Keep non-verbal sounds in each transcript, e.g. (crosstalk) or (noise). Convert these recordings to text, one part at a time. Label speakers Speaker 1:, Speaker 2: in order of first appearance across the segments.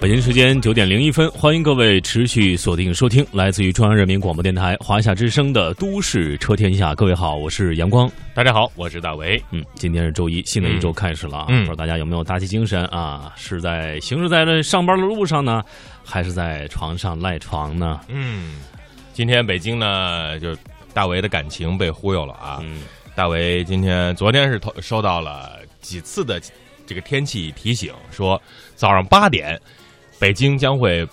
Speaker 1: 北京时间九点零一分，欢迎各位持续锁定收听来自于中央人民广播电台华夏之声的《都市车天下》。各位好，我是阳光。
Speaker 2: 大家好，我是大为。
Speaker 1: 嗯，今天是周一，新的一周开始了啊！不
Speaker 2: 嗯
Speaker 1: 知道大家有没有打起精神啊？是在行驶在这上班的路上呢，还是在床上赖床呢？
Speaker 2: 嗯，今天北京呢，就大为的感情被忽悠了啊。
Speaker 1: 嗯，
Speaker 2: 大为今天、昨天是投收到了几次的这个天气提醒，说早上八点，北京将会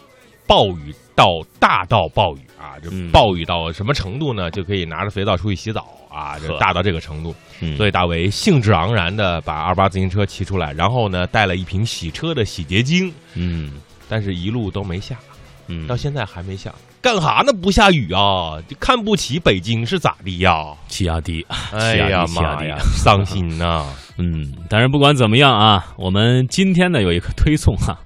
Speaker 2: 暴雨到大到暴雨啊！这
Speaker 1: 嗯
Speaker 2: 暴雨到什么程度呢？就可以拿着肥皂出去洗澡啊！这
Speaker 1: 呵
Speaker 2: 大到这个程度，
Speaker 1: 嗯
Speaker 2: 所以大为兴致盎然的把二八自行车骑出来，然后呢带了一瓶洗车的洗洁精，
Speaker 1: 嗯
Speaker 2: 但是一路都没下。
Speaker 1: 嗯
Speaker 2: 到，现在还没下，干哈呢？不下雨啊？就看不起北京是咋的呀？
Speaker 1: 气压低。
Speaker 2: 哎呀妈
Speaker 1: 气压
Speaker 2: 呀
Speaker 1: 低，
Speaker 2: 伤心呐！
Speaker 1: 嗯，但是不管怎么样啊，我们今天呢有一个推送啊，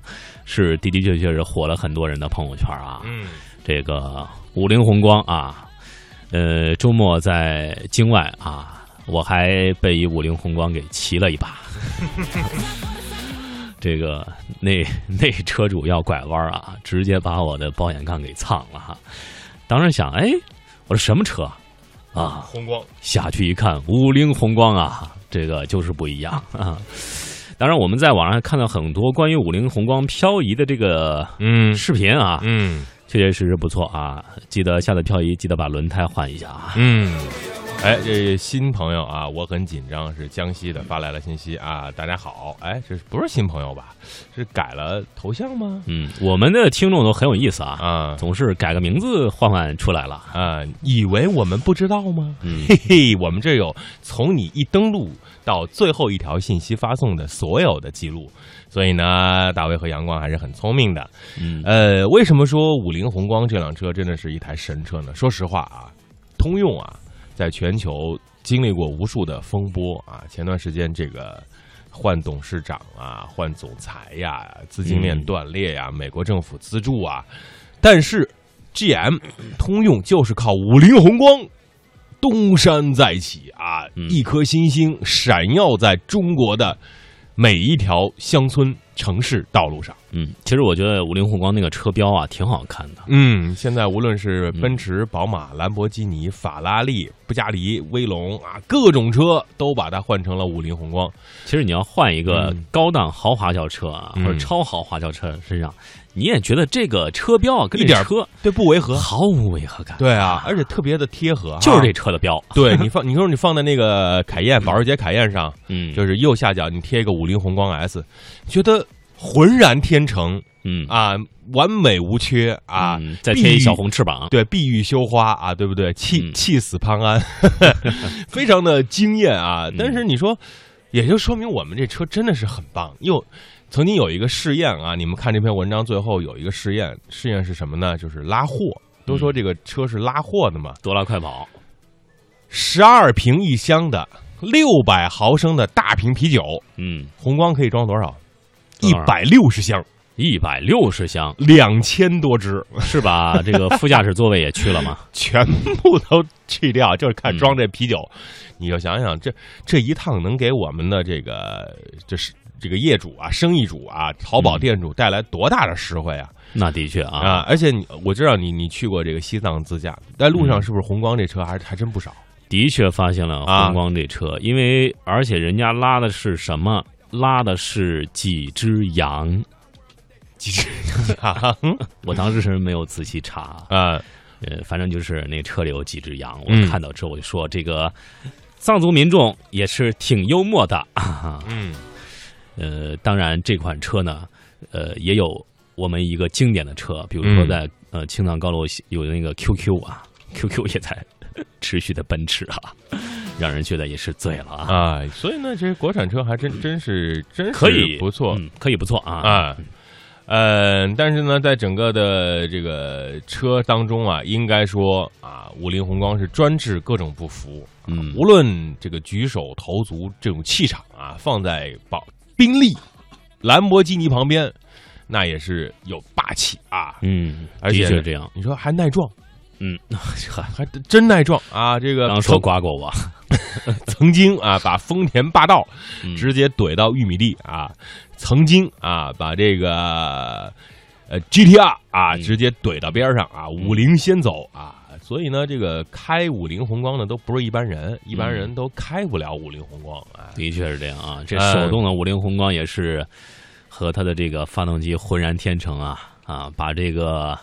Speaker 1: 是的的确确是火了很多人的朋友圈啊。
Speaker 2: (laughs) 嗯
Speaker 1: 这个五菱宏光啊，呃，周末在京外啊，我还被一五菱宏光给骑了一把。 (laughs) 这个那那车主要拐弯啊，直接把我的保险杠给蹭了哈。当时想，哎，我说什么车啊？
Speaker 2: 红光，
Speaker 1: 下去一看，五菱宏光啊，这个就是不一样 (laughs) 啊。当然，我们在网上看到很多关于五菱宏光漂移的这个
Speaker 2: 嗯
Speaker 1: 视频啊，
Speaker 2: 嗯
Speaker 1: 确确实实不错啊。记得下次漂移，记得把轮胎换一下啊。
Speaker 2: 嗯。哎，这新朋友啊，我很紧张，是江西的发来了信息啊，大家好，哎，这是不是新朋友吧？是改了头像吗？
Speaker 1: 嗯，我们的听众都很有意思啊，
Speaker 2: 啊
Speaker 1: 总是改个名字换换出来了。
Speaker 2: 啊，以为我们不知道吗？ (laughs)
Speaker 1: 嗯
Speaker 2: 嘿嘿，我们这有从你一登录到最后一条信息发送的所有的记录，所以呢，大卫和阳光还是很聪明的。
Speaker 1: 嗯
Speaker 2: 呃，为什么说五菱宏光这辆车真的是一台神车呢？说实话啊，通用啊，在全球经历过无数的风波啊，前段时间这个。换董事长啊，换总裁呀、资金链
Speaker 1: 嗯
Speaker 2: 断裂呀、美国政府资助啊，但是 GM 通用就是靠五菱宏光东山再起啊，
Speaker 1: 嗯
Speaker 2: 一颗新星闪耀在中国的每一条乡村、城市道路上。
Speaker 1: 嗯，其实我觉得五菱宏光那个车标啊，挺好看的。
Speaker 2: 嗯，现在无论是奔驰、宝马、兰博基尼、法拉利、布加迪、威龙啊，各种车都把它换成了五菱宏光。
Speaker 1: 其实你要换一个
Speaker 2: 嗯
Speaker 1: 高档豪华轿车啊，
Speaker 2: 嗯
Speaker 1: 或者超豪华轿车身上，你也觉得这个车标啊跟这
Speaker 2: 一点儿
Speaker 1: 车
Speaker 2: 对，不违和。
Speaker 1: 毫无违和感。
Speaker 2: 对啊，而且特别的贴合、啊
Speaker 1: 就是这。车的标。
Speaker 2: (laughs) 对你放，你说你放在那个凯宴，保时捷凯宴上，
Speaker 1: 嗯，
Speaker 2: 就是右下角你贴一个五菱宏光 S，觉得浑然天成
Speaker 1: 嗯
Speaker 2: 啊，完美无缺啊。
Speaker 1: 嗯再贴一小红翅膀。
Speaker 2: 对，碧玉羞花啊，对不对？气
Speaker 1: 嗯
Speaker 2: 气死潘安， (laughs) 非常的惊艳
Speaker 1: 嗯
Speaker 2: 啊！但是你说，也就说明我们这车真的是很棒。又曾经有一个试验啊，你们看这篇文章最后有一个试验，试验是什么呢？就是拉货。都
Speaker 1: 嗯
Speaker 2: 说这个车是拉货的嘛，
Speaker 1: 多拉快跑，
Speaker 2: 十二瓶一箱的六百毫升的大瓶啤酒，
Speaker 1: 嗯，
Speaker 2: 红光可以装多少？
Speaker 1: 多
Speaker 2: 一
Speaker 1: 少啊
Speaker 2: 百六十箱，
Speaker 1: 一百六十箱
Speaker 2: 两千多只，
Speaker 1: 是把这个副驾驶座位也去了吗？
Speaker 2: 全部都去掉，就是看
Speaker 1: 嗯
Speaker 2: 装这啤酒。你就想想，这这一趟能给我们的这个这是这个业主啊、生意主啊、淘宝
Speaker 1: 嗯
Speaker 2: 店主带来多大的实惠啊！
Speaker 1: 那的确啊，
Speaker 2: 啊！而且你我知道你你去过这个西藏自驾，在路上
Speaker 1: 嗯
Speaker 2: 是不是红光这车还还真
Speaker 1: (laughs)
Speaker 2: 不少？
Speaker 1: 的确发现了
Speaker 2: 啊
Speaker 1: 红光这车，因为而且人家拉的是什么？拉的是几只羊。
Speaker 2: 几十啊！
Speaker 1: 我当时是没有仔细查，
Speaker 2: 啊
Speaker 1: 呃，反正就是那车里有几只羊。我
Speaker 2: 嗯
Speaker 1: 看到之后我就说，这个藏族民众也是挺幽默的啊。
Speaker 2: 嗯
Speaker 1: 呃，当然这款车呢，呃，也有我们一个经典的车，比如说
Speaker 2: 嗯
Speaker 1: 在、呃青藏高楼有那个 QQ 啊，QQ 也在持续的奔驰啊，让人觉得也是醉了啊，
Speaker 2: 啊！所以呢，这国产车还真真是真是
Speaker 1: 可以
Speaker 2: 不错，
Speaker 1: 嗯，可以不错啊，
Speaker 2: 啊。呃，但是呢，在整个的这个车当中啊，应该说啊，五菱宏光是专治各种不服，
Speaker 1: 嗯
Speaker 2: 无论这个举手投足这种气场啊，放在宝宾利、兰博基尼旁边，那也是有霸气啊。
Speaker 1: 嗯，
Speaker 2: 而
Speaker 1: 的
Speaker 2: 且
Speaker 1: 确是这样，
Speaker 2: 你说还耐撞，
Speaker 1: 嗯，嗨 (laughs)
Speaker 2: 还真耐撞啊！这个
Speaker 1: 当时
Speaker 2: 头
Speaker 1: 刮过我，
Speaker 2: 曾经啊把丰田霸道
Speaker 1: 嗯
Speaker 2: 直接怼到玉米地啊，曾经啊把这个呃 GTR 啊
Speaker 1: 嗯
Speaker 2: 直接怼到边上啊，五菱先走啊。所以呢，这个开五菱宏光的都不是一般人，一般人都开不了五菱宏光啊。
Speaker 1: 的确是这样啊，这
Speaker 2: 哎
Speaker 1: 手动的五菱宏光也是和它的这个发动机浑然天成啊啊，把这个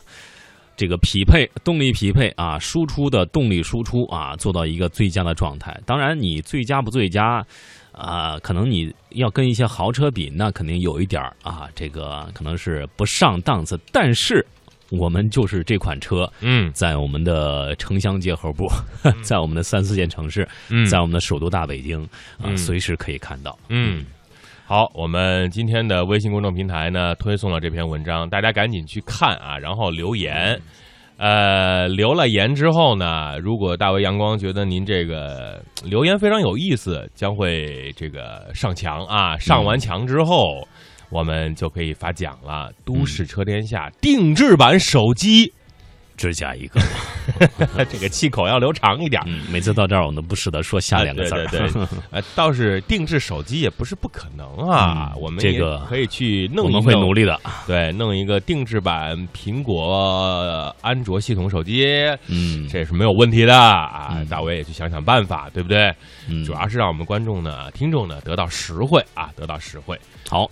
Speaker 1: 这个匹配动力匹配啊，输出的动力输出啊，做到一个最佳的状态。当然，你最佳不最佳啊、可能你要跟一些豪车比，那肯定有一点儿啊，这个可能是不上档次。但是我们就是这款车，
Speaker 2: 嗯
Speaker 1: 在我们的城乡结合部， (laughs) 在我们的三四线城市，
Speaker 2: 嗯
Speaker 1: 在我们的首都大北京啊、
Speaker 2: 嗯
Speaker 1: 随时可以看到。
Speaker 2: 嗯，好，我们今天的微信公众平台呢推送了这篇文章，大家赶紧去看啊，然后留
Speaker 1: 嗯
Speaker 2: 言。呃，留了言之后呢，如果大为阳光觉得您这个呃留言非常有意思，将会这个上墙啊，上完墙之后，我们就可以发奖了。都市车天下定制版手机，
Speaker 1: 指甲一
Speaker 2: (laughs)
Speaker 1: 个，
Speaker 2: 这个气口要留长一点。
Speaker 1: 嗯，每次到这儿我们都不舍得说下两个字儿、
Speaker 2: 啊对对
Speaker 1: (laughs)
Speaker 2: 对呃，倒是定制手机也不是不可能啊，
Speaker 1: 嗯
Speaker 2: 我们
Speaker 1: 这
Speaker 2: 也
Speaker 1: 个
Speaker 2: 可以去弄
Speaker 1: 我
Speaker 2: 一弄，
Speaker 1: 们会努力的。
Speaker 2: 对，弄一个定制版苹果、呃安卓系统手机，
Speaker 1: 嗯，
Speaker 2: 这是没有问题的啊
Speaker 1: 嗯。
Speaker 2: 大伟也去想想办法，对不对？
Speaker 1: 嗯
Speaker 2: 主要是让我们观众呢、听众呢得到实惠啊，得到实惠。
Speaker 1: 好，